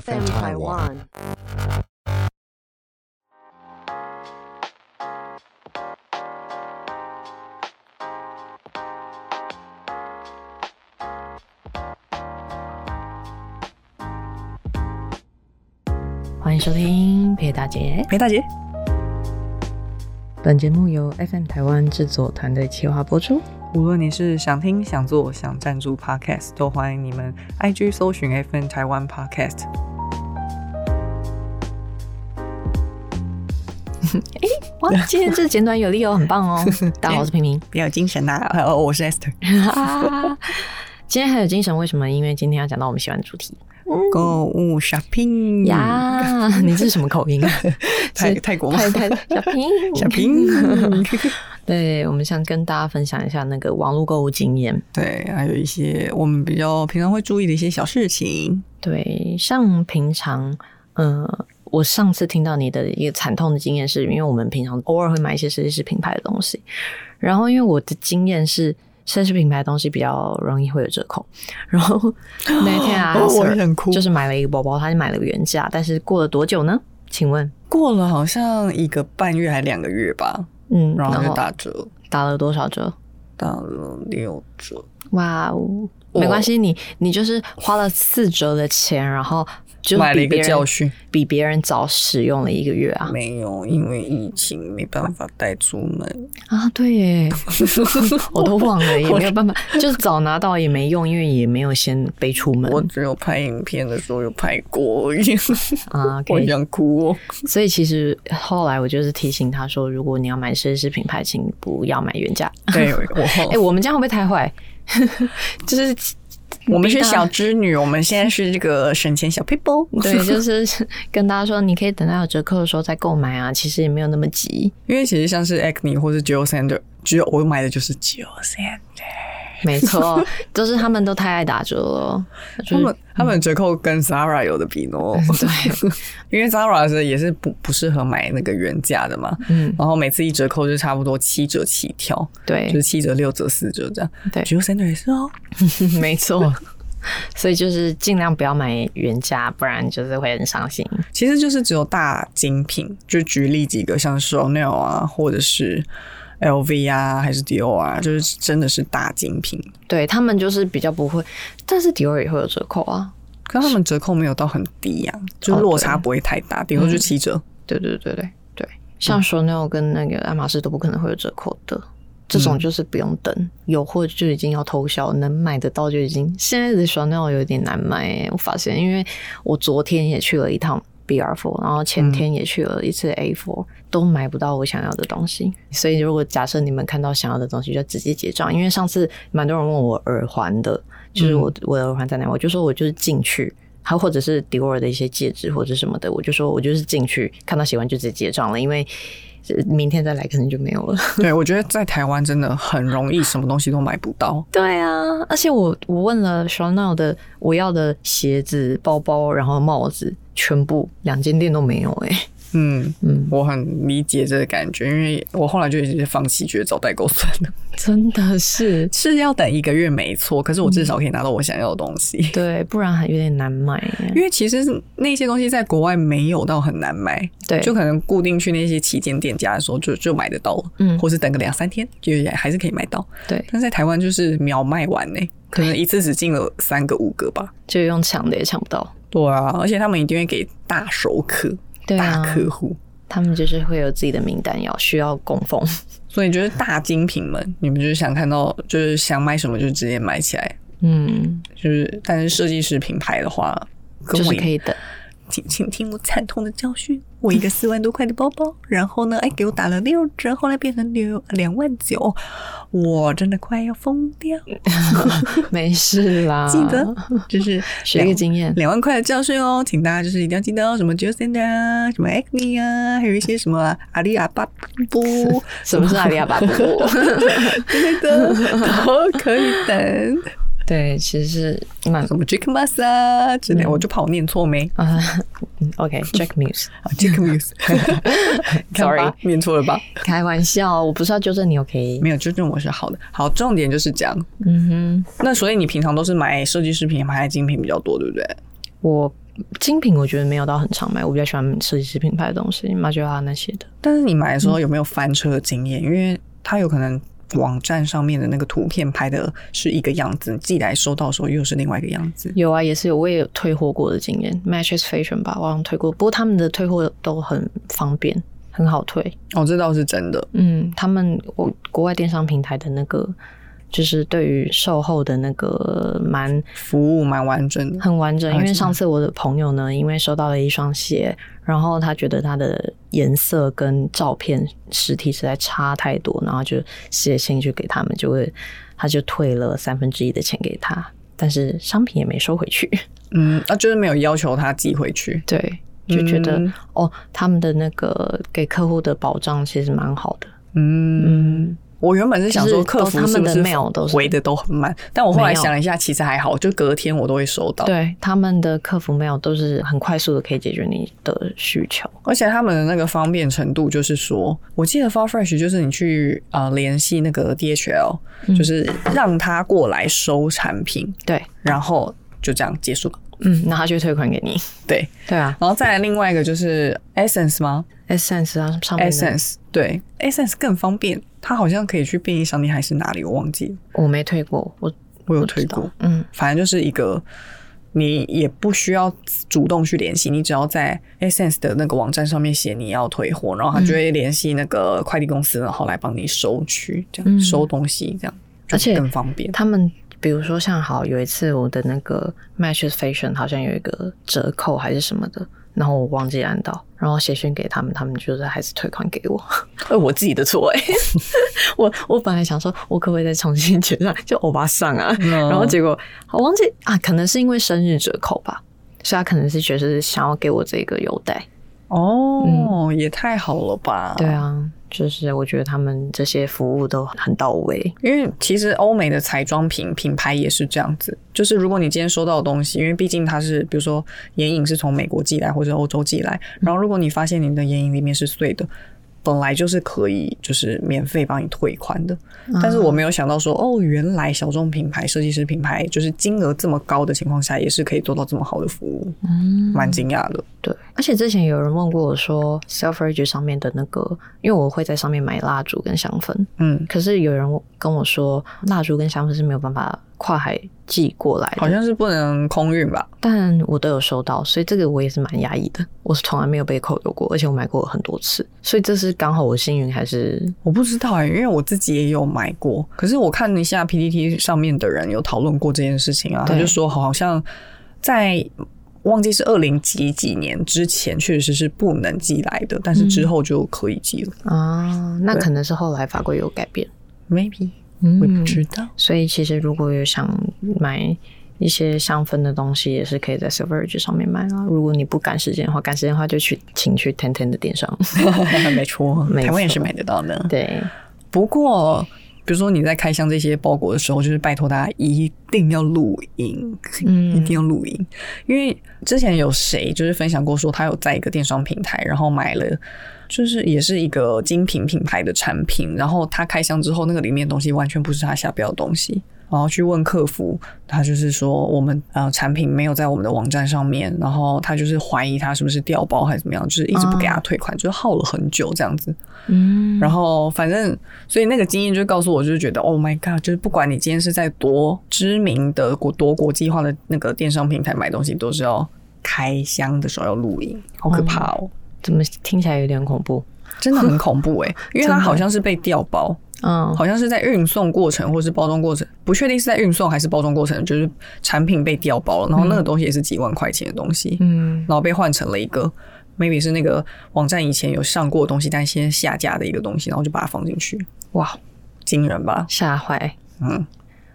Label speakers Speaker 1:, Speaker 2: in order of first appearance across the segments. Speaker 1: FM Taiwan.
Speaker 2: 欢迎收听裴大姐。
Speaker 3: 梅大姐，
Speaker 2: 本节目由 FM 台湾制作团队企划播出。
Speaker 3: 无论你是想听、想做、想赞助 Podcast，都欢迎你们 IG 搜寻 FN 台湾 Podcast。
Speaker 2: 哇，今天这简短有力哦，很棒哦！大家好，我是平平。
Speaker 3: 比较精神呐、啊， 哦，我是 Esther。
Speaker 2: 啊今天很有精神，为什么？因为今天要讲到我们喜欢的主题
Speaker 3: 购物 shopping
Speaker 2: 呀。你这是什么口音啊？
Speaker 3: 泰
Speaker 2: 是
Speaker 3: 泰国吗
Speaker 2: 泰泰小平
Speaker 3: shopping，
Speaker 2: 对，我们想跟大家分享一下那个网络购物经验。
Speaker 3: 对，还有一些我们比较平常会注意的一些小事情。
Speaker 2: 对，像平常，呃，我上次听到你的一个惨痛的经验是，因为我们平常偶尔会买一些设计师品牌的东西，然后因为我的经验是。设计师品牌的东西比较容易会有折扣，然 后那天啊，
Speaker 3: 哦我
Speaker 2: Sir
Speaker 3: 很哭
Speaker 2: 就是买了一个包包，他就买了个原价，但是过了多久呢？请问，
Speaker 3: 过了好像一个半月还两个月吧，
Speaker 2: 嗯，
Speaker 3: 然
Speaker 2: 然
Speaker 3: 后就
Speaker 2: 后
Speaker 3: 打折，
Speaker 2: 打了多少折？
Speaker 3: 打了六折。
Speaker 2: 哇哦，没关系，你你就是花了四折的钱，然后就
Speaker 3: 买了
Speaker 2: 比
Speaker 3: 一个
Speaker 2: 别人
Speaker 3: 教训，
Speaker 2: 比别人早使用了一个月啊
Speaker 3: 没有，因为疫情没办法带出门。
Speaker 2: 啊，对耶， 我都忘了，也没有办法，就是早拿到也没用，因为也没有先背出门
Speaker 3: 我只有拍影片的时候有拍过而已，
Speaker 2: 啊。
Speaker 3: 我
Speaker 2: OK，
Speaker 3: 想 哭哦。
Speaker 2: 所以其实后来我就是提醒他说，如果你要买奢侈品牌，请不要买原价。
Speaker 3: 对，我
Speaker 2: 哎、我们这样会不会太坏？ 就是
Speaker 3: 我们是小织女，我们现在是这个省钱小 people。
Speaker 2: 对，就是跟大家说，你可以等到有折扣的时候再购买啊，其实也没有那么急。
Speaker 3: 因为其实像是 Acne 或是 Jill Sander，只有我买的就是 Jill Sander，
Speaker 2: 没错，就是他们都太爱打折了。
Speaker 3: 他
Speaker 2: 就是嗯
Speaker 3: 们他们折扣跟 Zara 有的比喏。
Speaker 2: 对，
Speaker 3: 因为 Zara 是也是不不适合买那个原价的嘛，
Speaker 2: 嗯，
Speaker 3: 然后每次一折扣就差不多七折起跳，就
Speaker 2: 对
Speaker 3: 是，七折、六折、四折这样。
Speaker 2: 对
Speaker 3: Jill Sander 也是哦，
Speaker 2: 没错。所以就是尽量不要买原价，不然就是会很伤心。
Speaker 3: 其实就是只有大精品，就举例几个，像 Chanel 啊，或者是 LV 啊，还是 Dior 啊，就是真的是大精品。
Speaker 2: 对他们就是比较不会，但是迪奥也会有折扣啊。
Speaker 3: 可他们折扣没有到很低呀、就落差不会太大，顶多就七折。
Speaker 2: 对对对对对，像 Chanel 跟那个爱马仕都不可能会有折扣的，这种就是不用等，有货就已经要偷销，能买得到就已经。现在的 Chanel 有点难买、欸，我发现，因为我昨天也去了一趟 BR Four，然后前天也去了一次 A Four，、都买不到我想要的东西。所以如果假设你们看到想要的东西，就直接结账，因为上次蛮多人问我耳环的，就是我、我的耳环在哪，我就说我就是进去。还或者是迪奥的一些戒指或者什么的，我就说我就是进去看到喜欢就直接结账了，因为 呃明天再来可能就没有了。
Speaker 3: 对，我觉得在台湾真的很容易什么东西都买不到。
Speaker 2: 对啊，而且我我问了 Chanel 的我要的鞋子、包包，然后帽子，全部两间店都没有哎、
Speaker 3: 嗯，
Speaker 2: 嗯，
Speaker 3: 我很理解这个感觉，因为我后来就已经放弃，觉得找代购算了。
Speaker 2: 真的是
Speaker 3: 是要等一个月没错，可是我至少可以拿到我想要的东西。
Speaker 2: 对，不然还有点难买、欸。
Speaker 3: 因为其实那些东西在国外没有到很难买，
Speaker 2: 对，
Speaker 3: 就可能固定去那些旗舰店家的时候就就买得到了，
Speaker 2: 嗯
Speaker 3: 或是等个两三天就也还是可以买到。
Speaker 2: 对，
Speaker 3: 但是在台湾就是秒卖完呢、可能一次只进了三个五个吧。
Speaker 2: 就用抢的也抢不到。
Speaker 3: 对啊，而且他们一定会给大熟客、
Speaker 2: 对
Speaker 3: 大
Speaker 2: 啊，
Speaker 3: 客户，
Speaker 2: 他们就是会有自己的名单要需要供奉。
Speaker 3: 所以就是大精品们，你们就是想看到，就是想买什么就直接买起来。
Speaker 2: 嗯，
Speaker 3: 就是，但是设计师品牌的话，跟
Speaker 2: 就
Speaker 3: 我
Speaker 2: 是
Speaker 3: 一
Speaker 2: 可以等。
Speaker 3: 请请听我惨痛的教训。我一个四万多块的包包，然后呢，哎，给我打了六折，后来变成六两万九，我真的快要疯掉。
Speaker 2: 没事啦，
Speaker 3: 记得就是
Speaker 2: 学一个经验。
Speaker 3: 两万块的教训哦，请大家就是一定要记得哦，什么 j u s i n 啊，什么 Acne 啊，还有一些什么阿里阿巴布
Speaker 2: 什么是阿里阿巴布？
Speaker 3: 之类的，都可以等，
Speaker 2: 对，其实是蛮
Speaker 3: 什么 Jack m a s 啊之类，
Speaker 2: 嗯
Speaker 3: 我就怕我念错没
Speaker 2: 啊 嗯，OK，Jack Muse，
Speaker 3: 啊，Jack Muse，看吧
Speaker 2: Sorry
Speaker 3: 念错了吧？
Speaker 2: 开玩笑，我不是要纠正你，OK？
Speaker 3: 没有，纠正我是好的。好，重点就是这样。
Speaker 2: 嗯哼，
Speaker 3: 那所以你平常都是买设计饰品、买精品比较多，对不对？
Speaker 2: 我精品我觉得没有到很常买，我比较喜欢设计师品牌的东西，马吉拉那些的。
Speaker 3: 但是你买的
Speaker 2: 嗯
Speaker 3: 时候有没有翻车的经验？因为它有可能网站上面的那个图片拍的是一个样子，寄来收到的时候又是另外一个样子。
Speaker 2: 有啊，也是有，我也有退货过的经验，Matches Fashion 吧，我好像退过，不过他们的退货都很方便，很好退。
Speaker 3: 哦，这倒是真的。
Speaker 2: 嗯，他们我国外电商平台的那个，就是对于售后的那个蛮
Speaker 3: 服务蛮完整的，
Speaker 2: 很完整，因
Speaker 3: 了
Speaker 2: 为
Speaker 3: 解
Speaker 2: 上次我的朋友呢，因为收到了一双鞋，然后他觉得它的颜色跟照片实体实在差太多，然后就写信去给他们，就会他就退了三分之一的钱给他，但是商品也没收回去。
Speaker 3: 嗯，啊，就是没有要求他寄回去，
Speaker 2: 对，就觉得、
Speaker 3: 嗯
Speaker 2: 哦，他们的那个给客户的保障其实蛮好的。
Speaker 3: 嗯。我原本是想说客服
Speaker 2: 就是都
Speaker 3: 是不
Speaker 2: 他们
Speaker 3: 是
Speaker 2: 的 mail 都是
Speaker 3: 回的都很慢，但我后来
Speaker 2: 没有
Speaker 3: 想了一下，其实还好，就隔天我都会收到。
Speaker 2: 对，他们的客服 mail 都是很快速的可以解决你的需求。
Speaker 3: 而且他们的那个方便程度，就是说，我记得 Farfetch 就是你去呃联系那个 DHL，、就是让他过来收产品，
Speaker 2: 嗯对，
Speaker 3: 然后就这样结束了。
Speaker 2: 嗯，那他就退款给你。
Speaker 3: 对，
Speaker 2: 对啊
Speaker 3: 然后再来另外一个就是 Essence 吗
Speaker 2: ，Essence 啊，上面的
Speaker 3: ？Essence 对，Essence 更方便，它好像可以去便利商店还是哪里，我忘记了，
Speaker 2: 我没退过，我
Speaker 3: 我有
Speaker 2: 不知
Speaker 3: 推
Speaker 2: 道
Speaker 3: 过。
Speaker 2: 嗯，
Speaker 3: 反正就是一个你也不需要主动去联系，你只要在 Essence 的那个网站上面写你要退货，然后他就会联系那个快递公司，然后来帮你收取，这样、
Speaker 2: 嗯
Speaker 3: 收东西，这样
Speaker 2: 而且
Speaker 3: 就更方便。
Speaker 2: 他们比如说像好有一次我的那个 Matches Fashion 好像有一个折扣还是什么的，然后我忘记按到，然后写信给他们，他们就是还是退款给我。
Speaker 3: 呃，我自己的错哎、
Speaker 2: 欸我我本来想说，我可不可以再重新结账，就欧巴上啊，
Speaker 3: 嗯
Speaker 2: 然后结果我忘记啊，可能是因为生日折扣吧，所以他可能是觉得想要给我这个优待。嗯
Speaker 3: 哦，也太好了吧？
Speaker 2: 对。啊，就是我觉得他们这些服务都很到位。
Speaker 3: 因为其实欧美的彩妆品品牌也是这样子，就是如果你今天收到的东西，因为毕竟它是比如说眼影是从美国寄来或者欧洲寄来，然后如果你发现你的眼影里面是碎的，本来就是可以就是免费帮你退款的，
Speaker 2: 啊
Speaker 3: 但是我没有想到说哦，原来小众品牌、设计师品牌就是金额这么高的情况下，也是可以做到这么好的服务，
Speaker 2: 嗯
Speaker 3: 蛮惊讶的。
Speaker 2: 对，而且之前有人问过我说，Selfridge 上面的那个，因为我会在上面买蜡烛跟香氛，
Speaker 3: 嗯，
Speaker 2: 可是有人跟我说，蜡烛跟香氛是没有办法跨海寄过来
Speaker 3: 好
Speaker 2: 的，
Speaker 3: 像是不能空运吧？
Speaker 2: 但我都有收到，所以这个我也是蛮压抑的，我是从来没有被扣留过，而且我买过很多次，所以这是刚好我幸运还是
Speaker 3: 我不知道哎、因为我自己也有买过，可是我看了一下 PPT 上面的人有讨论过这件事情啊，
Speaker 2: 对
Speaker 3: 他就说好像在忘记是二零几几年之前确实是不能寄来的，但是之后就可以寄了、
Speaker 2: 啊，那
Speaker 3: 对
Speaker 2: 可能是后来法规有改变，
Speaker 3: m a y b e
Speaker 2: 嗯
Speaker 3: 我也不知道。
Speaker 2: 所以其实如果有想买一些香氛的东西，也是可以在 Silverage 上面买啦。如果你不赶时间的话，赶时间的话就去请去 Ten Ten 的电商。
Speaker 3: 没错，
Speaker 2: 没错
Speaker 3: 台湾也是买得到的。
Speaker 2: 对，
Speaker 3: 不过，比如说你在开箱这些包裹的时候，就是拜托大家一定要录音，
Speaker 2: 嗯
Speaker 3: 一定要录音，因为之前有谁就是分享过说他有在一个电商平台，然后买了。就是也是一个精品品牌的产品，然后他开箱之后，那个里面的东西完全不是他下标的东西，然后去问客服，他就是说我们呃产品没有在我们的网站上面，然后他就是怀疑他是不是调包还是怎么样，就是一直不给他退款，就是耗了很久这样子。
Speaker 2: 嗯，
Speaker 3: 然后反正，所以那个经验就告诉我，就是觉得，Oh my god，就是不管你今天是在多知名的国多国际化的那个电商平台买东西，都是要开箱的时候要录音，好可怕哦，
Speaker 2: 怎么听起来有点恐怖？
Speaker 3: 真的很恐怖诶、欸因为
Speaker 2: 真
Speaker 3: 它
Speaker 2: 的
Speaker 3: 好像是被调 包，
Speaker 2: 嗯，
Speaker 3: 好像是在运送过程或是包装过程，不确定是在运送还是包装过程，就是产品被调包了，然后那个东西也是几万块钱的东西，
Speaker 2: 嗯，
Speaker 3: 然后被换成了一个。maybe 是那个网站以前有上过的东西，但现在下架的一个东西，然后就把它放进去，
Speaker 2: 哇，
Speaker 3: 惊人吧？
Speaker 2: 吓坏！
Speaker 3: 嗯，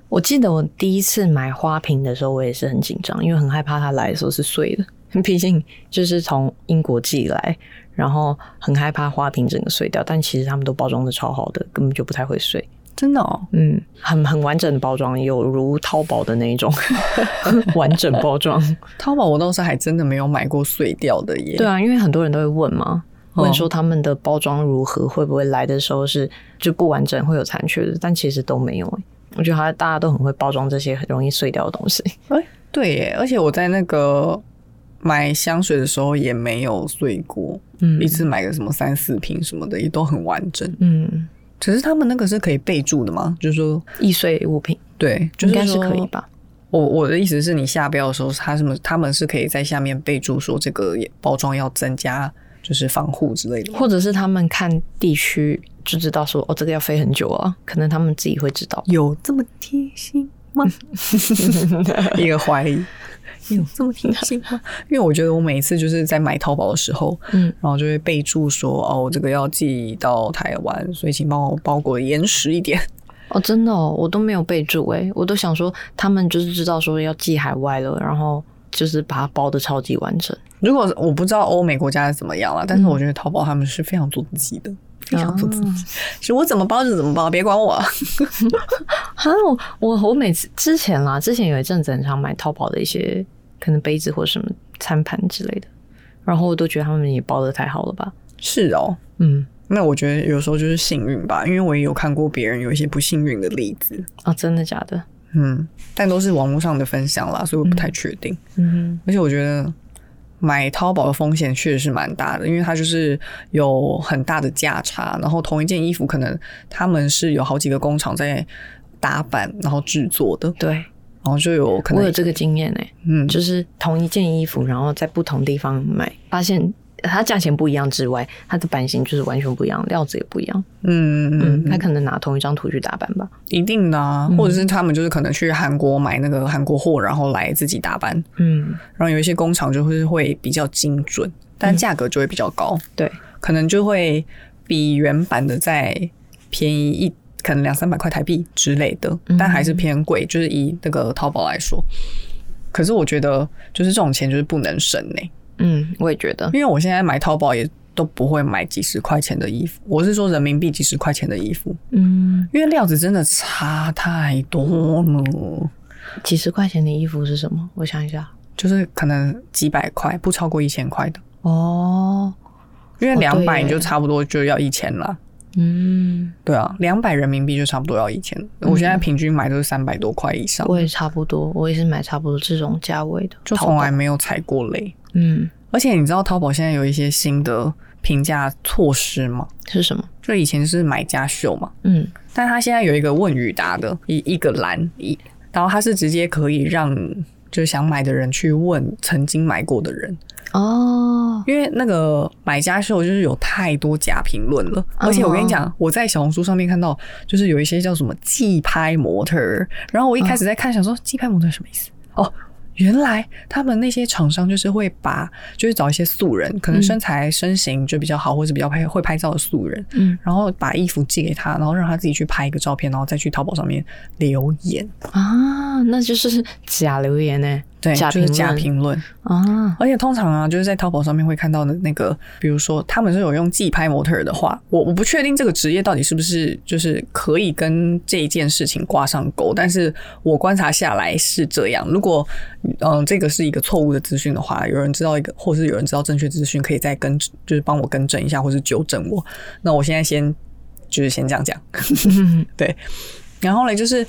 Speaker 2: 我记得我第一次买花瓶的时候，我也是很紧张，因为很害怕它来的时候是碎的， 毕竟就是从英国寄来，然后很害怕花瓶整个碎掉。但其实他们都包装的超好的，根本就不太会碎。
Speaker 3: 真的哦，
Speaker 2: 嗯，很很完整的包装，有如淘宝的那一种 完整包装。
Speaker 3: 淘宝我倒是还真的没有买过碎掉的耶。
Speaker 2: 对，啊，因为很多人都会问嘛，
Speaker 3: 哦
Speaker 2: 问说他们的包装如何，会不会来的时候是就不完整，会有残缺的，但其实都没有、欸。我觉得他大家都很会包装这些很容易碎掉的东西。
Speaker 3: 哎、对耶，而且我在那个买香水的时候也没有碎过，
Speaker 2: 嗯
Speaker 3: 一次买个什么三四瓶什么的，也都很完整。
Speaker 2: 嗯，
Speaker 3: 可是他们那个是可以备注的吗？就是说，
Speaker 2: 易碎物品
Speaker 3: 对，就
Speaker 2: 应
Speaker 3: 是
Speaker 2: 该是
Speaker 3: 说
Speaker 2: 可以。吧？
Speaker 3: 我我的意思是你下标的时候，他什么他们是可以在下面备注说这个包装要增加就是防护之类的吗。
Speaker 2: 或者是他们看地区就知道说哦，这个要飞很久啊，可能他们自己会知道。
Speaker 3: 有这么贴心 吗？一个怀疑，有这么贴心吗？因为我觉得我每一次就是在买淘宝的时候，
Speaker 2: 嗯，
Speaker 3: 然后就会备注说哦，这个要寄到台湾，所以请帮我包裹严实一点。
Speaker 2: 哦，真的哦，我都没有备注诶、我都想说他们就是知道说要寄海外了，然后就是把它包的超级完整，
Speaker 3: 如果我不知道欧美国家是怎么样了，但是我觉得淘宝他们是非常做自己的，非常做自己。是我怎么包就怎么包，别管我。
Speaker 2: 哈，我我我每次之前啦，之前有一阵子很常买淘宝的一些可能杯子或什么餐盘之类的，然后我都觉得他们也包的太好了吧？
Speaker 3: 是哦，
Speaker 2: 嗯，
Speaker 3: 那我觉得有时候就是幸运吧，因为我也有看过别人有一些不幸运的例子，
Speaker 2: 啊，真的假的？
Speaker 3: 嗯，但都是网络上的分享啦，所以我不太确定。
Speaker 2: 嗯
Speaker 3: 而且我觉得买淘宝的风险确实是蛮大的，因为它就是有很大的价差，然后同一件衣服可能他们是有好几个工厂在打版，然后制作的，
Speaker 2: 对
Speaker 3: 然后就有可
Speaker 2: 我有
Speaker 3: 能
Speaker 2: 这个经验哎、
Speaker 3: 嗯，
Speaker 2: 就是同一件衣服，然后在不同地方买，发现它价钱不一样之外，它的版型就是完全不一样，料子也不一样。
Speaker 3: 嗯嗯
Speaker 2: 嗯，他
Speaker 3: 嗯，
Speaker 2: 可能拿同一张图去打版吧。
Speaker 3: 一定的、啊，
Speaker 2: 嗯
Speaker 3: 或者是他们就是可能去韩国买那个韩国货，然后来自己打版，
Speaker 2: 嗯，
Speaker 3: 然后有一些工厂就会会比较精准，但价格就会比较高，
Speaker 2: 对，
Speaker 3: 可能就会比原版的再便宜一，可能两三百块台币之类的
Speaker 2: 嗯，
Speaker 3: 但还是偏贵，就是以那个淘宝来说。可是我觉得，就是这种钱就是不能省呢、
Speaker 2: 嗯，我也觉得。
Speaker 3: 因为我现在买淘宝也都不会买几十块钱的衣服，我是说人民币几十块钱的衣服，
Speaker 2: 嗯，
Speaker 3: 因为料子真的差太多了，
Speaker 2: 几十块钱的衣服是什么？我想一下。
Speaker 3: 就是可能几百块，不超过一千块的，
Speaker 2: 哦，
Speaker 3: 因为
Speaker 2: 哦
Speaker 3: 两
Speaker 2: 对
Speaker 3: 百
Speaker 2: 耶
Speaker 3: 你就差不多就要一千了。
Speaker 2: 嗯，
Speaker 3: 对啊，两百人民币就差不多要一千。我现在平均买都是三百多块以上，
Speaker 2: 我也差不多，我也是买差不多这种价位的。
Speaker 3: 就
Speaker 2: 淘
Speaker 3: 从
Speaker 2: 宝
Speaker 3: 来没有踩过雷。
Speaker 2: 嗯
Speaker 3: 而且你知道淘宝现在有一些新的评价措施吗？
Speaker 2: 是什么？
Speaker 3: 就以前是买家秀嘛，
Speaker 2: 嗯
Speaker 3: 但它现在有一个问与答的一一个栏一，然后它是直接可以让就是想买的人去问曾经买过的人，
Speaker 2: 哦，
Speaker 3: 因为那个买家秀就是有太多假评论
Speaker 2: 嗯
Speaker 3: 了，而且我跟你讲，我在小红书上面看到，就是有一些叫什么寄拍模特儿，然后我一开始在看，想说寄拍模特儿什么意思？
Speaker 2: 嗯
Speaker 3: 哦。原来他们那些厂商就是会把，就是找一些素人，可能身材、身形就比较好，或者比较拍会拍照的素人，
Speaker 2: 嗯
Speaker 3: 然后把衣服寄给他，然后让他自己去拍一个照片，然后再去淘宝上面留言，
Speaker 2: 啊，那就是假留言欸呢、
Speaker 3: 对，
Speaker 2: 假
Speaker 3: 就是假
Speaker 2: 论
Speaker 3: 评论。
Speaker 2: 啊，
Speaker 3: 而且通常啊，就是在淘宝上面会看到的那个，比如说他们是有用寄拍模特儿的话，我我不确定这个职业到底是不是就是可以跟这一件事情挂上钩，但是我观察下来是这样。如果嗯这个是一个错误的资讯的话，有人知道一个，或是有人知道正确资讯，可以再跟就是帮我更正一下，或是纠正我。那我现在先就是先这样讲，对。然后嘞，就是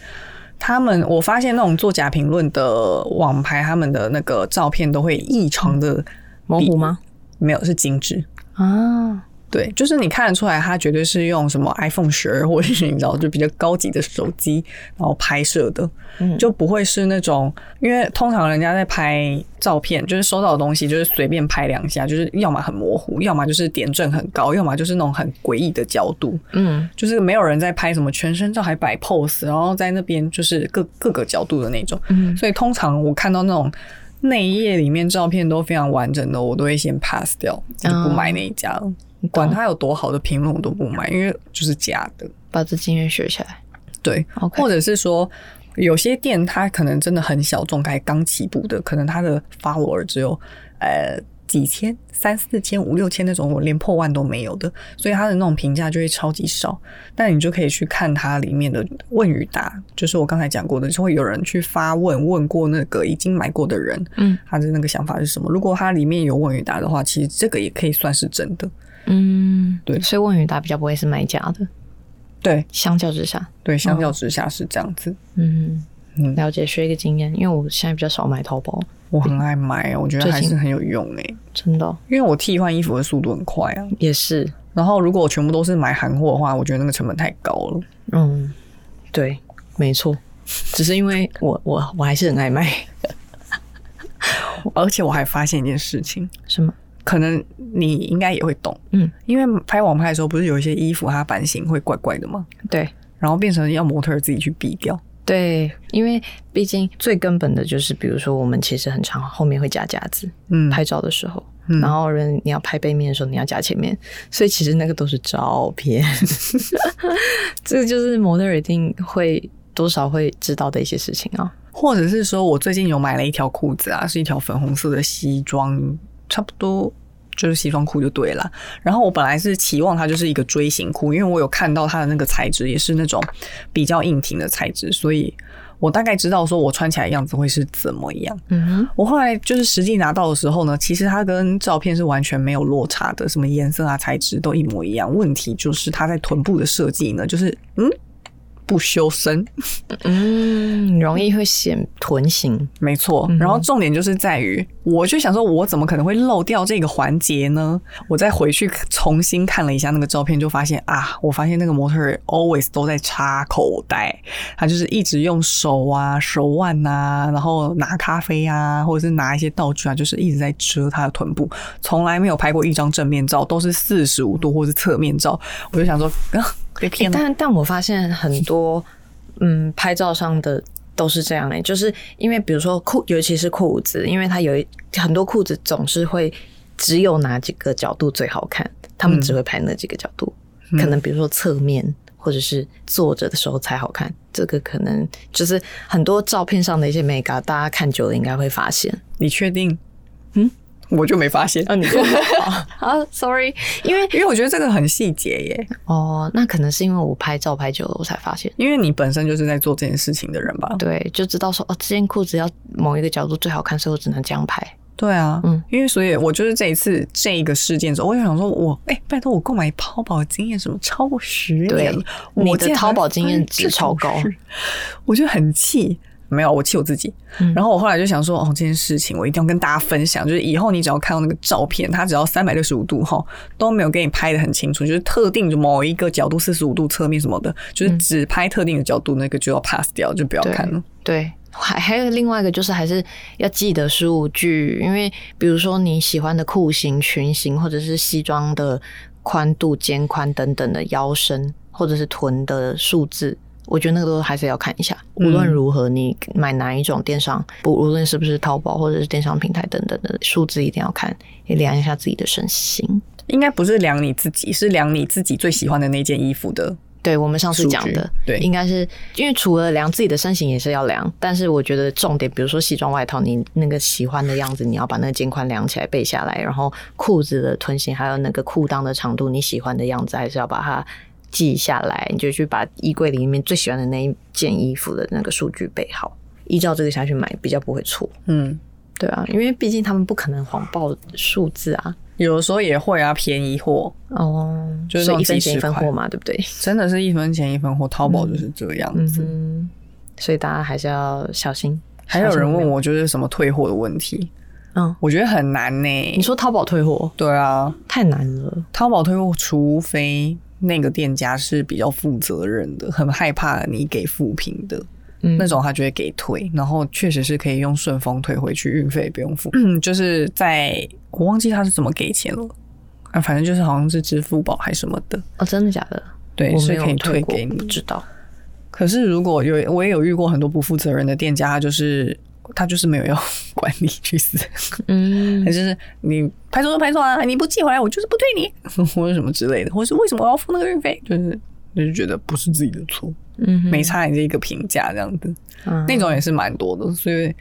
Speaker 3: 他们，我发现那种作假评论的网牌，他们的那个照片都会异常的
Speaker 2: 模糊吗？
Speaker 3: 没有，是精致。
Speaker 2: 啊，
Speaker 3: 对，就是你看得出来，他绝对是用什么 iPhone 十二，或者是你知道，就比较高级的手机，然后拍摄的，
Speaker 2: 嗯
Speaker 3: 就不会是那种，因为通常人家在拍照片，就是收到的东西，就是随便拍两下，就是要么很模糊，要么就是点阵很高，要么就是那种很诡异的角度，
Speaker 2: 嗯
Speaker 3: 就是没有人在拍什么全身照，还摆 pose，然后在那边就是各各个角度的那种。
Speaker 2: 嗯
Speaker 3: 所以通常我看到那种内页里面照片都非常完整的，我都会先 pass 掉，就不买那一家了。管它有多好的评论，我都不买，因为就是假的。
Speaker 2: 把这经验学起来。
Speaker 3: 对
Speaker 2: OK，
Speaker 3: 或者是说。有些店它可能真的很小众，还刚起步的，可能它的 follower 只有呃几千、三四千、五六千那种，我连破万都没有的，所以它的那种评价就会超级少。但你就可以去看它里面的问与答，就是我刚才讲过的，就会有人去发问，问过那个已经买过的人，
Speaker 2: 嗯
Speaker 3: 他的那个想法是什么。如果它里面有问与答的话，其实这个也可以算是真的。
Speaker 2: 嗯，
Speaker 3: 对
Speaker 2: 所以问语答比较不会是买假的，
Speaker 3: 对
Speaker 2: 相较之下，
Speaker 3: 对，相
Speaker 2: 哦
Speaker 3: 较之下是这样子。
Speaker 2: 嗯，
Speaker 3: 嗯
Speaker 2: 了解，学一个经验，因为我现在比较少买淘宝，
Speaker 3: 我很爱买，我觉得
Speaker 2: 最
Speaker 3: 还
Speaker 2: 近
Speaker 3: 是很有用欸诶、
Speaker 2: 真的哦
Speaker 3: 因为我替换衣服的速度很快啊。
Speaker 2: 也是，
Speaker 3: 然后如果我全部都是买韩货的话，我觉得那个成本太高了。
Speaker 2: 嗯，对，没错，只是因为我我我还是很爱买，
Speaker 3: 而且我还发现一件事情，
Speaker 2: 什么？
Speaker 3: 可能你应该也会懂，
Speaker 2: 嗯，
Speaker 3: 因为拍网拍的时候，不是有一些衣服它版型会怪怪的吗？
Speaker 2: 对
Speaker 3: 然后变成要模特儿自己去避掉。
Speaker 2: 对，因为毕竟最根本的就是，比如说我们其实很常后面会夹夹子，
Speaker 3: 嗯，
Speaker 2: 拍照的时候，
Speaker 3: 嗯
Speaker 2: 然后人你要拍背面的时候，你要夹前面，所以其实那个都是照 片，这个就是模特儿一定会多少会知道的一些事情啊。
Speaker 3: 或者是说我最近有买了一条裤子啊，是一条粉红色的西装，差不多就是西装裤就对了。然后我本来是期望它就是一个锥形裤，因为我有看到它的那个材质也是那种比较硬挺的材质，所以我大概知道说我穿起来样子会是怎么样。
Speaker 2: 嗯
Speaker 3: 我后来就是实际拿到的时候呢，其实它跟照片是完全没有落差的，什么颜色啊、材质都一模一样。问题就是它在臀部的设计呢，就是嗯不修身，
Speaker 2: 嗯，容易会显臀型，
Speaker 3: 没错。然后重点就是在于，我就想说，我怎么可能会漏掉这个环节呢？我再回去重新看了一下那个照片，就发现啊，我发现那个模特儿 always 都在插口袋，他就是一直用手啊、手腕啊，然后拿咖啡啊，或者是拿一些道具啊，就是一直在遮他的臀部，从来没有拍过一张正面照，都是四十五度或是侧面照。我就想说， 啊、被骗了。
Speaker 2: 但但我发现很多嗯拍照上的。都是这样哎、就是因为比如说裤，尤其是裤子，因为它有一很多裤子总是会只有哪几个角度最好看，他们只会拍那几个角度，可能比如说侧面或者是坐着的时候才好看。这个可能就是很多照片上的一些美感，大家看久了应该会发现。
Speaker 3: 你确定？嗯，我就没发现，
Speaker 2: 啊，你 啊，sorry，因为
Speaker 3: 因为我觉得这个很细节耶。
Speaker 2: 哦，那可能是因为我拍照拍久了，我才发现。
Speaker 3: 因为你本身就是在做这件事情的人吧？
Speaker 2: 对，就知道说哦，这件裤子要某一个角度最好看，所以我只能这样拍。
Speaker 3: 对啊，
Speaker 2: 嗯
Speaker 3: 嗯，因为所以，我就是这一次这一个事件之后，我就想说我，哎、拜托，我购买淘宝经验什么超过十年了
Speaker 2: 对，
Speaker 3: 我
Speaker 2: 你的
Speaker 3: 竟然
Speaker 2: 淘宝经验值
Speaker 3: 还发
Speaker 2: 超
Speaker 3: 生这
Speaker 2: 高
Speaker 3: 种事，我就很气。没有，我气我自己。
Speaker 2: 嗯
Speaker 3: 然后我后来就想说，哦，这件事情我一定要跟大家分享，就是以后你只要看到那个照片，它只要三百六十五度哈都没有给你拍的很清楚，就是特定的某一个角度四十五度侧面什么的，就是只拍特定的角度，那个就要 pass 掉，就不要
Speaker 2: 嗯对
Speaker 3: 看了。
Speaker 2: 对，还还有另外一个就是还是要记得事物距，因为比如说你喜欢的裤型、裙型，或者是西装的宽度、肩宽等等的腰身，或者是臀的数字。我觉得那个都还是要看一下，无论如何，你买哪一种电商，不无论是不是淘宝或者是电商平台等等的数字，一定要看，也量一下自己的身形。
Speaker 3: 应该不是量你自己，是量你自己最喜欢的那件衣服的
Speaker 2: 对我们上次
Speaker 3: 数
Speaker 2: 讲
Speaker 3: 据
Speaker 2: 的，
Speaker 3: 对
Speaker 2: 应该是因为除了量自己的身形也是要量，但是我觉得重点，比如说西装外套，你那个喜欢的样子，你要把那个肩宽量起来背下来，然后裤子的臀型还有那个裤裆的长度，你喜欢的样子还是要把它记下来，你就去把衣柜里面最喜欢的那一件衣服的那个数据备好，依照这个下去买，比较不会错。
Speaker 3: 嗯，
Speaker 2: 对啊，因为毕竟他们不可能谎报数字啊。
Speaker 3: 有的时候也会啊，便宜货
Speaker 2: 哦，
Speaker 3: 就是
Speaker 2: 所以
Speaker 3: 那种
Speaker 2: 一分
Speaker 3: 几
Speaker 2: 钱一
Speaker 3: 十
Speaker 2: 分
Speaker 3: 块
Speaker 2: 货嘛，对不对？
Speaker 3: 真的是一分钱一分货，淘宝就是这样
Speaker 2: 嗯
Speaker 3: 子。
Speaker 2: 哼，所以大家还是要小心。
Speaker 3: 还有人问我就是什么退货的问题，
Speaker 2: 嗯，
Speaker 3: 我觉得很难呢、
Speaker 2: 你说淘宝退货
Speaker 3: 对啊，
Speaker 2: 太难了，
Speaker 3: 淘宝退货，除非那个店家是比较负责任的，很害怕你给负评的。
Speaker 2: 嗯
Speaker 3: 那种他就会给退，然后确实是可以用顺丰退回去，运费也不用付。嗯，就是在我忘记他是怎么给钱了，啊，反正就是好像是支付宝还什么的，
Speaker 2: 哦，真的假的？
Speaker 3: 对，
Speaker 2: 我
Speaker 3: 是
Speaker 2: 没
Speaker 3: 可以
Speaker 2: 有
Speaker 3: 退
Speaker 2: 过
Speaker 3: 给你
Speaker 2: 不。知道。
Speaker 3: 可是如果有我也有遇过很多不负责任的店家，他就是他就是没有要 管你去死，
Speaker 2: 嗯
Speaker 3: 他就是你拍错就拍错啊，你不寄回来我就是不退你， 或者什么之类的，或是为什么我要付那个运费，就是就是觉得不是自己的错，
Speaker 2: 嗯哼，
Speaker 3: 没差你这一个评价这样子。
Speaker 2: 嗯
Speaker 3: 那种也是蛮多的，所以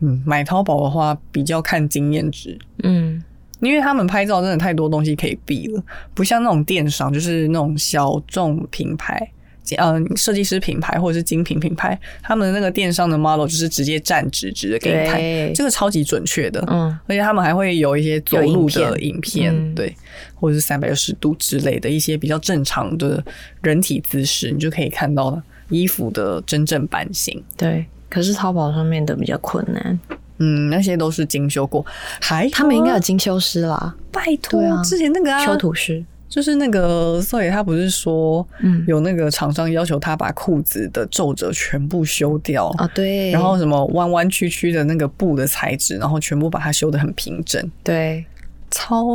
Speaker 3: 嗯，买淘宝的话比较看经验值，
Speaker 2: 嗯
Speaker 3: 因为他们拍照真的太多东西可以避了，不像那种电商，就是那种小众品牌。嗯，设计师品牌或者是精品品牌，他们的那个电商的 model 就是直接站直直的给你
Speaker 2: 对
Speaker 3: 看，这个超级准确的，
Speaker 2: 嗯
Speaker 3: 而且他们还会有一些走路的影片，
Speaker 2: 有影片嗯
Speaker 3: 对，或者是三百六十度之类的一些比较正常的人体姿势，你就可以看到衣服的真正版型。
Speaker 2: 对。可是淘宝上面的比较困难，
Speaker 3: 嗯，那些都是精修过，还
Speaker 2: 他们应该有精修师啦，
Speaker 3: 拜托、
Speaker 2: 对啊
Speaker 3: 之前那个啊，
Speaker 2: 修图师。
Speaker 3: 就是那个，所以他不是说，
Speaker 2: 嗯
Speaker 3: 有那个厂商要求他把裤子的皱褶全部修掉
Speaker 2: 啊，对，
Speaker 3: 然后什么弯弯曲曲的那个布的材质，然后全部把它修得很平整，
Speaker 2: 对
Speaker 3: 超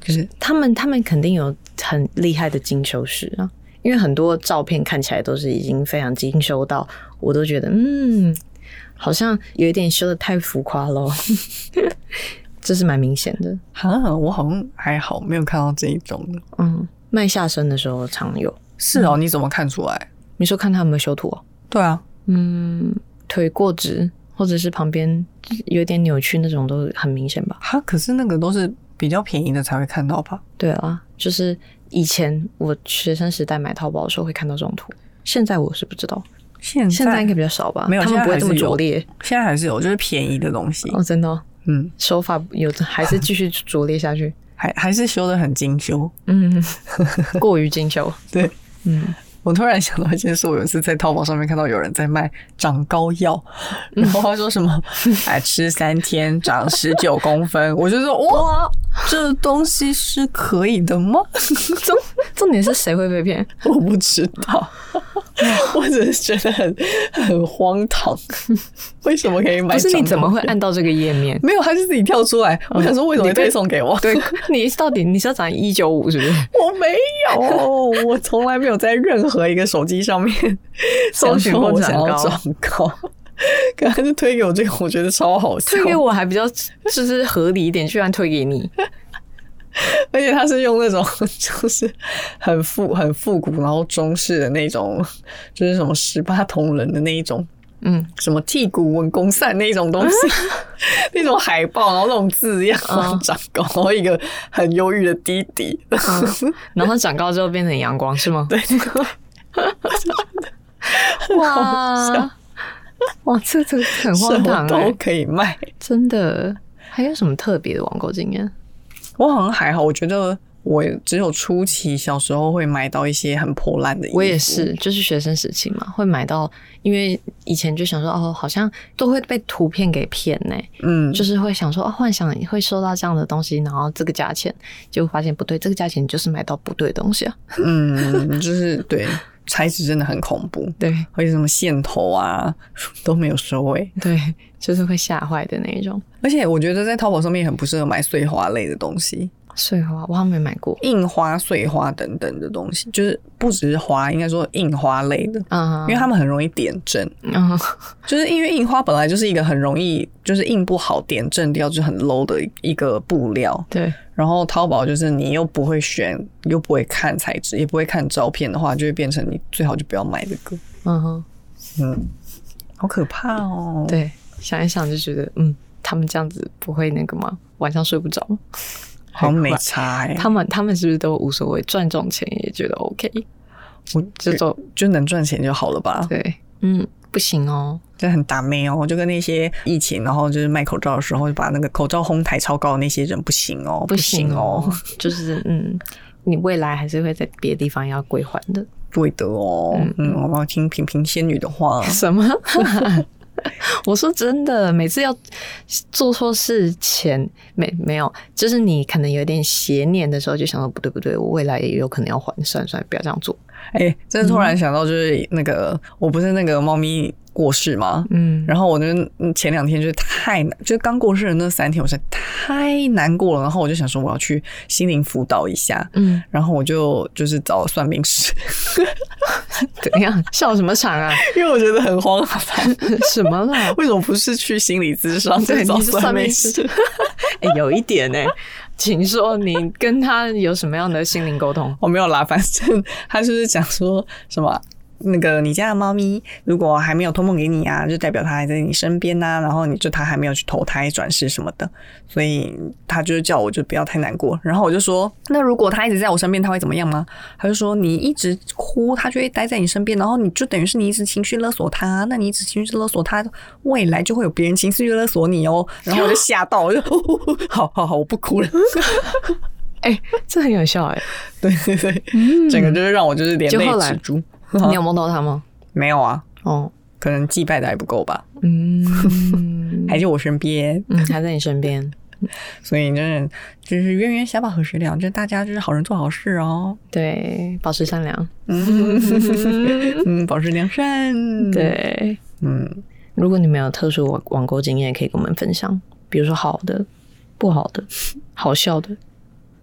Speaker 3: 就是
Speaker 2: 他们，他们肯定有很厉害的精修师啊，因为很多照片看起来都是已经非常精修到，我都觉得嗯，好像有一点修的太浮夸喽， 这是蛮明显的。
Speaker 3: 啊，我好像还好没有看到这一种的。
Speaker 2: 嗯，卖下身的时候常有，
Speaker 3: 是
Speaker 2: 嗯
Speaker 3: 哦，你怎么看出来？
Speaker 2: 你说看他有没有修图、哦？
Speaker 3: 对啊，
Speaker 2: 嗯，腿过直或者是旁边有点扭曲那种都很明显吧？
Speaker 3: 哈，可是那个都是比较便宜的才会看到吧？
Speaker 2: 对啊，就是以前我学生时代买淘宝的时候会看到这种图，现在我是不知道，
Speaker 3: 现在
Speaker 2: 现在应该比较少吧？
Speaker 3: 没有
Speaker 2: 他们
Speaker 3: 现在
Speaker 2: 不会
Speaker 3: 还
Speaker 2: 这
Speaker 3: 是
Speaker 2: 么拙
Speaker 3: 有
Speaker 2: 劣
Speaker 3: 现在还是有，就是便宜的东西，
Speaker 2: 哦，真的哦、
Speaker 3: 嗯，
Speaker 2: 手法有还是继续拙劣下去，
Speaker 3: 还还是修得很精修。
Speaker 2: 嗯， 过于精修，
Speaker 3: 对
Speaker 2: 嗯，
Speaker 3: 我突然想到一件事，我有一次在淘宝上面看到有人在卖长高药，
Speaker 2: 嗯
Speaker 3: 然后他说 什么哎吃三天长十九公分，我就说哇，这东西是可以的吗？
Speaker 2: 重重点是谁会被 骗？
Speaker 3: 我不知道，我只是觉得很很 荒唐，为什么可以买？
Speaker 2: 不是你怎么会？按到这个页面？
Speaker 3: 没有，他是自己跳出来。我想说，为什么会推送给我？
Speaker 2: 对 你到底你是要长一九五是不 是？
Speaker 3: 我没有， 我从来没有在任何一个手机上面 搜寻过我想要长高。可他就推给我这个，我觉得超好笑
Speaker 2: 推。给 我还比较就是合理一点，居然推给你，
Speaker 3: 而且他是用那种 就是很复很复古，然后中式的那种，就是什么十八铜人的那一种
Speaker 2: 嗯，
Speaker 3: 什么剔骨文公散那种 东西，那种海报，然后那种字样，然后长高，然后一个很忧郁的弟弟，
Speaker 2: 然后长高之后变成阳光是吗？
Speaker 3: 对，
Speaker 2: 哇哇，这这很
Speaker 3: 什
Speaker 2: 荒
Speaker 3: 么
Speaker 2: 唐、
Speaker 3: 都
Speaker 2: 欸，
Speaker 3: 可以卖。
Speaker 2: 真的。还有什么特别的网购经验？
Speaker 3: 我好像还好，我觉得我只有初期小时候会买到一些很破烂的衣服，
Speaker 2: 我也是，就是学生时期嘛，会买到，因为以前就想说，哦，好像都会被图片给骗呢、
Speaker 3: 嗯，
Speaker 2: 就是会想说，哦，幻想会收到这样的东西，然后这个价钱，结果发现不对，这个价钱就是买到不对的东西啊。
Speaker 3: 嗯，就是对材质真的很恐怖，
Speaker 2: 对
Speaker 3: 而且什么线头啊都没有收尾。
Speaker 2: 对， 就是会吓坏的那一种。
Speaker 3: 而且我觉得在淘宝上面也很不适合买碎花类的东西，
Speaker 2: 碎花我还没买过，
Speaker 3: 印花、碎花等等的东西，就是不只是花，应该说印花类的。
Speaker 2: 嗯，
Speaker 3: 因为他们很容易点阵，
Speaker 2: 嗯
Speaker 3: 就是因为印花本来就是一个很容易就是印不好点阵掉就很 low 的一个布料，
Speaker 2: 对，
Speaker 3: 然后淘宝就是你又不会选，又不会看材质，也不会看照片的话，就会变成你最好就不要买这个。
Speaker 2: 嗯哼，
Speaker 3: 嗯，好可怕哦。，
Speaker 2: 对，想一想就觉得，嗯，他们这样子不会那个吗？晚上睡不着吗？
Speaker 3: 好像没差哎、
Speaker 2: 他们他们是不是都无所谓，赚这种钱也觉得 OK？
Speaker 3: 我
Speaker 2: 这
Speaker 3: 就
Speaker 2: 种
Speaker 3: 就能赚钱就好了吧？
Speaker 2: 对，嗯，不行哦，
Speaker 3: 就很打妹哦，就跟那些疫情，然后就是卖口罩的时候，就把那个口罩哄抬超高的那些人不行哦，
Speaker 2: 不
Speaker 3: 行
Speaker 2: 行哦， 就是嗯，你未来还是会在别的地方要归还的。
Speaker 3: 对的哦。
Speaker 2: 嗯。
Speaker 3: 嗯，我们要听平平仙女的话
Speaker 2: 什么？ 我说真的，每次要做错事前，没没有，就是你可能有点邪念的时候，就想到不对不对，我未来也有可能要还，算了算了，不要这样做。
Speaker 3: 哎、真的突然想到，就是那个、我不是那个猫咪过世吗？
Speaker 2: 嗯，
Speaker 3: 然后我就嗯前两天就是太难，就是刚过世的那三天，我实在太难过了。然后我就想说，我要去心灵辅导一下。
Speaker 2: 嗯，
Speaker 3: 然后我就就是找算命师，
Speaker 2: 怎样？笑什么场啊？
Speaker 3: 因为我觉得很荒唐，
Speaker 2: 什么 啦？
Speaker 3: 为什么不是去心理咨商？
Speaker 2: 对，
Speaker 3: 就找
Speaker 2: 你是算命师
Speaker 3: 师。，
Speaker 2: 哎、有一点呢、请说你跟他有什么样的心灵沟通？
Speaker 3: 我没有啦，反正 他就是讲说什么。那个你家的猫咪如果还没有托梦给你啊，就代表它还在你身边呐、然后你就它还没有去投胎转世什么的，所以他就是叫我就不要太难过。然后我就说，那如果它一直在我身边，它会怎么样吗？他就说你一直哭，它就会待在你身边，然后你就等于是你一直情绪勒索它，那你一直情绪勒索它，未来就会有别人情绪勒索你哦。然后我就吓到，我就、 好好好，我不哭了。
Speaker 2: 哎、 这很有效哎、
Speaker 3: 对对对，整个就是让我就是
Speaker 2: 嗯
Speaker 3: 连
Speaker 2: 就
Speaker 3: 累
Speaker 2: 后来
Speaker 3: 直珠。
Speaker 2: 你有梦到他吗？
Speaker 3: 没有啊，
Speaker 2: 哦，
Speaker 3: 可能祭拜的还不够吧，
Speaker 2: 嗯，
Speaker 3: 还是我身边，
Speaker 2: 嗯还在你身边，
Speaker 3: 所以真的就是冤冤小把何时了，就是大家就是好人做好事哦，
Speaker 2: 对，保持善良，
Speaker 3: 嗯，嗯保持良善，，
Speaker 2: 对。
Speaker 3: 嗯，
Speaker 2: 如果你们有特殊网网购经验，可以跟我们分享，比如说好的、不好的、好笑的、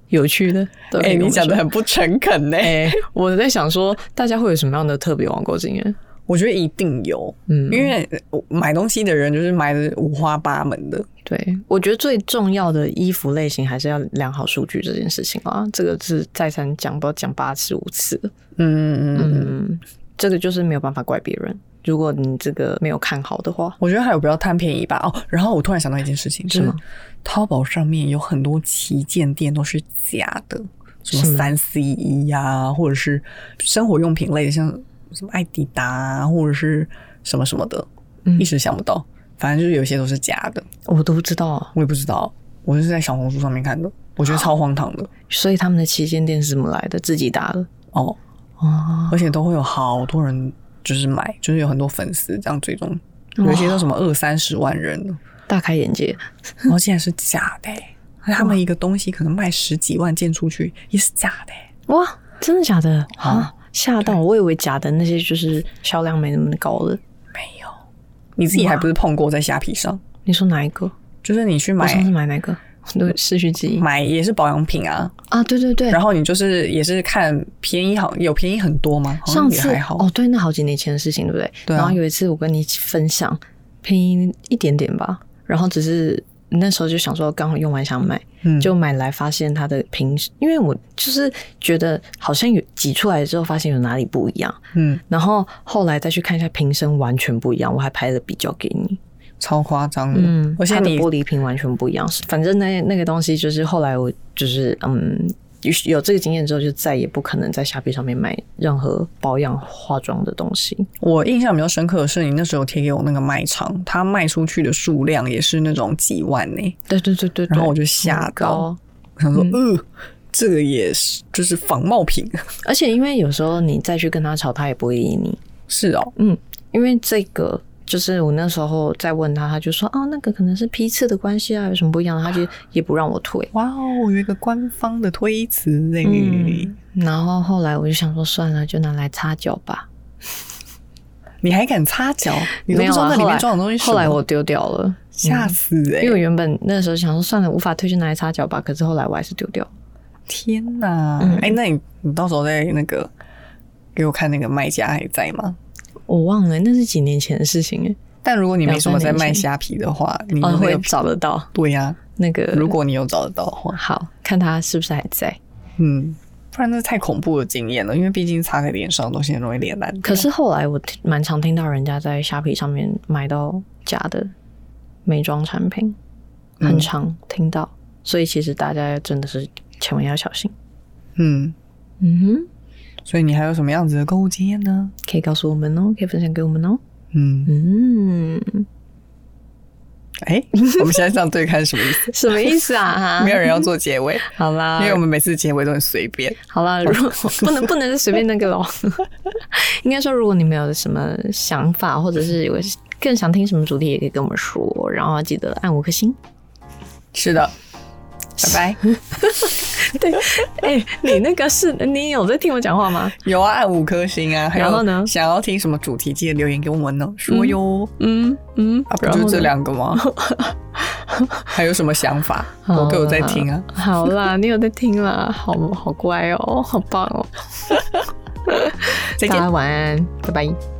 Speaker 2: 有趣的。 对，
Speaker 3: 哎、你讲的很不诚恳呢、
Speaker 2: 哎、我在想说，大家会有什么样的特别网购经验？
Speaker 3: 我觉得一定有，
Speaker 2: 嗯，
Speaker 3: 因为买东西的人就是买的五花八门的，
Speaker 2: 对，我觉得最重要的衣服类型还是要量好数据这件事情啊，这个是再三讲，不知道讲八次五次了。
Speaker 3: 嗯嗯嗯。
Speaker 2: 嗯，这个就是没有办法怪别人。如果你这个没有看好的话，
Speaker 3: 我觉得还有不要贪便宜吧哦，然后我突然想到一件事情，
Speaker 2: 什么？
Speaker 3: 淘宝上面有很多旗舰店都是假的，什么三 C 一呀，或者是生活用品类的，像什么艾迪达、啊、或者是什么什么的，
Speaker 2: 嗯
Speaker 3: 一时想不到。反正就是有些都是假的，
Speaker 2: 我都不知道啊，
Speaker 3: 我也不知道，我就是在小红书上面看的，我觉得超荒唐的
Speaker 2: 所以他们的旗舰店是怎么来的？自己打的
Speaker 3: 哦，
Speaker 2: 哦，
Speaker 3: 而且都会有好多人就是买，就是有很多粉丝这样追踪，有一些都什么二三十万人呢。
Speaker 2: 大开眼界。
Speaker 3: 然后竟然是假的欸、他们一个东西可能卖十几万件出去，也是假的欸、
Speaker 2: 哇，真的假的啊？吓到我！我以为假的那些就是销量没那么高的。
Speaker 3: 没有，你自己还不是碰过在虾皮上？
Speaker 2: 你说哪一个？
Speaker 3: 就是你去
Speaker 2: 我上次
Speaker 3: 买
Speaker 2: 买哪个？我都 失去记忆
Speaker 3: 买也是保养品啊，
Speaker 2: 啊！对对对，
Speaker 3: 然后你就是也是看便宜好有便宜很多吗？好
Speaker 2: 上
Speaker 3: 像也
Speaker 2: 次
Speaker 3: 还好，
Speaker 2: 哦，对，那好几年前的事情，对不对？
Speaker 3: 对啊
Speaker 2: 然后有一次我跟你分享，便宜一点点吧，然后只是那时候就想说刚好用完想买，
Speaker 3: 嗯
Speaker 2: 就买来发现它的平，因为我就是觉得好像有挤出来之后发现有哪里不一样，
Speaker 3: 嗯
Speaker 2: 然后后来再去看一下瓶身完全不一样，我还拍了比较给你，
Speaker 3: 超夸张的，
Speaker 2: 嗯，
Speaker 3: 而且
Speaker 2: 它的
Speaker 3: 你
Speaker 2: 玻璃瓶完全不一样，反正那那个东西就是后来我就是嗯。有有这个经验之后，就再也不可能在虾皮上面买任何保养化妆的东西。
Speaker 3: 我印象比较深刻的是你那时候贴给我那个卖场，它卖出去的数量也是那种几万呢、
Speaker 2: 对对对对，
Speaker 3: 然后我
Speaker 2: 对
Speaker 3: 就吓
Speaker 2: 很
Speaker 3: 到
Speaker 2: 高，，
Speaker 3: 我想说，
Speaker 2: 嗯
Speaker 3: 呃，这个也是就是仿冒品，
Speaker 2: 而且因为有时候你再去跟他吵，他也不会理你。
Speaker 3: 是哦，
Speaker 2: 嗯，因为这个就是我那时候在问他，他就说啊，那个可能是批次的关系啊，有什么不一样？他就也不让我退。
Speaker 3: 哇哦，有一个官方的推辞呢、
Speaker 2: 嗯，然后后来我就想说，算了，就拿来擦脚吧。
Speaker 3: 你还敢擦脚？你都
Speaker 2: 没
Speaker 3: 不
Speaker 2: 有
Speaker 3: 知道
Speaker 2: 啊
Speaker 3: 那里
Speaker 2: 后
Speaker 3: 面
Speaker 2: 来
Speaker 3: 装的东西是什
Speaker 2: 后
Speaker 3: 么
Speaker 2: 来我丢掉了，
Speaker 3: 吓
Speaker 2: 嗯
Speaker 3: 死哎、
Speaker 2: 因为我原本那时候想说算了，无法退就拿来擦脚吧，可是后来我还是丢掉了。
Speaker 3: 天哪！哎、
Speaker 2: 嗯
Speaker 3: 那你你到时候在那个给我看那个卖家还在吗？
Speaker 2: 我忘了那是几年前的事情哎，
Speaker 3: 但如果你没什么
Speaker 2: 两
Speaker 3: 在
Speaker 2: 三
Speaker 3: 卖
Speaker 2: 年前
Speaker 3: 虾皮的话，你
Speaker 2: 哦
Speaker 3: 那
Speaker 2: 会
Speaker 3: 个
Speaker 2: 找呃得到
Speaker 3: 对呀、
Speaker 2: 那个。
Speaker 3: 嗯如果你有找得到的话，
Speaker 2: 好看他是不是还在？
Speaker 3: 嗯，不然那太恐怖的经验了，因为毕竟擦在脸上的东西很容易脸烂掉。
Speaker 2: 可是后来我听蛮常听到人家在虾皮上面买到假的美妆产品，很
Speaker 3: 嗯
Speaker 2: 常听到，所以其实大家真的是千万要小心。
Speaker 3: 嗯，
Speaker 2: 嗯哼，
Speaker 3: 所以你还有什么样子的购物经验呢？
Speaker 2: 可以告诉我们哦，可以分享给我们哦。
Speaker 3: 嗯，
Speaker 2: 嗯，
Speaker 3: 哎、 我们现在这样对看是什么意思？
Speaker 2: 什么意思 啊？
Speaker 3: 没有人要做结尾，
Speaker 2: 好啦
Speaker 3: 因，为我们每次结尾都很随便。
Speaker 2: 好啦，如果 不能不能随便那个 咯。应该说，如果你们有什么想法，或者是有更想听什么主题，也可以跟我们说，然后记得按五颗星。
Speaker 3: 是的，拜拜。
Speaker 2: 对，哎、你那个是你有在听我讲话吗？
Speaker 3: 有啊，按五颗星啊。还有
Speaker 2: 然后呢
Speaker 3: 想要听什么主题，记得留言给我们呢，说哟。
Speaker 2: 嗯嗯
Speaker 3: 啊，不就这两个吗？ 还有什么想法？我都有在听啊。
Speaker 2: 好啦，你有在听啦，好好乖哦，好棒哦，
Speaker 3: 再见
Speaker 2: 大家。晚安，拜拜。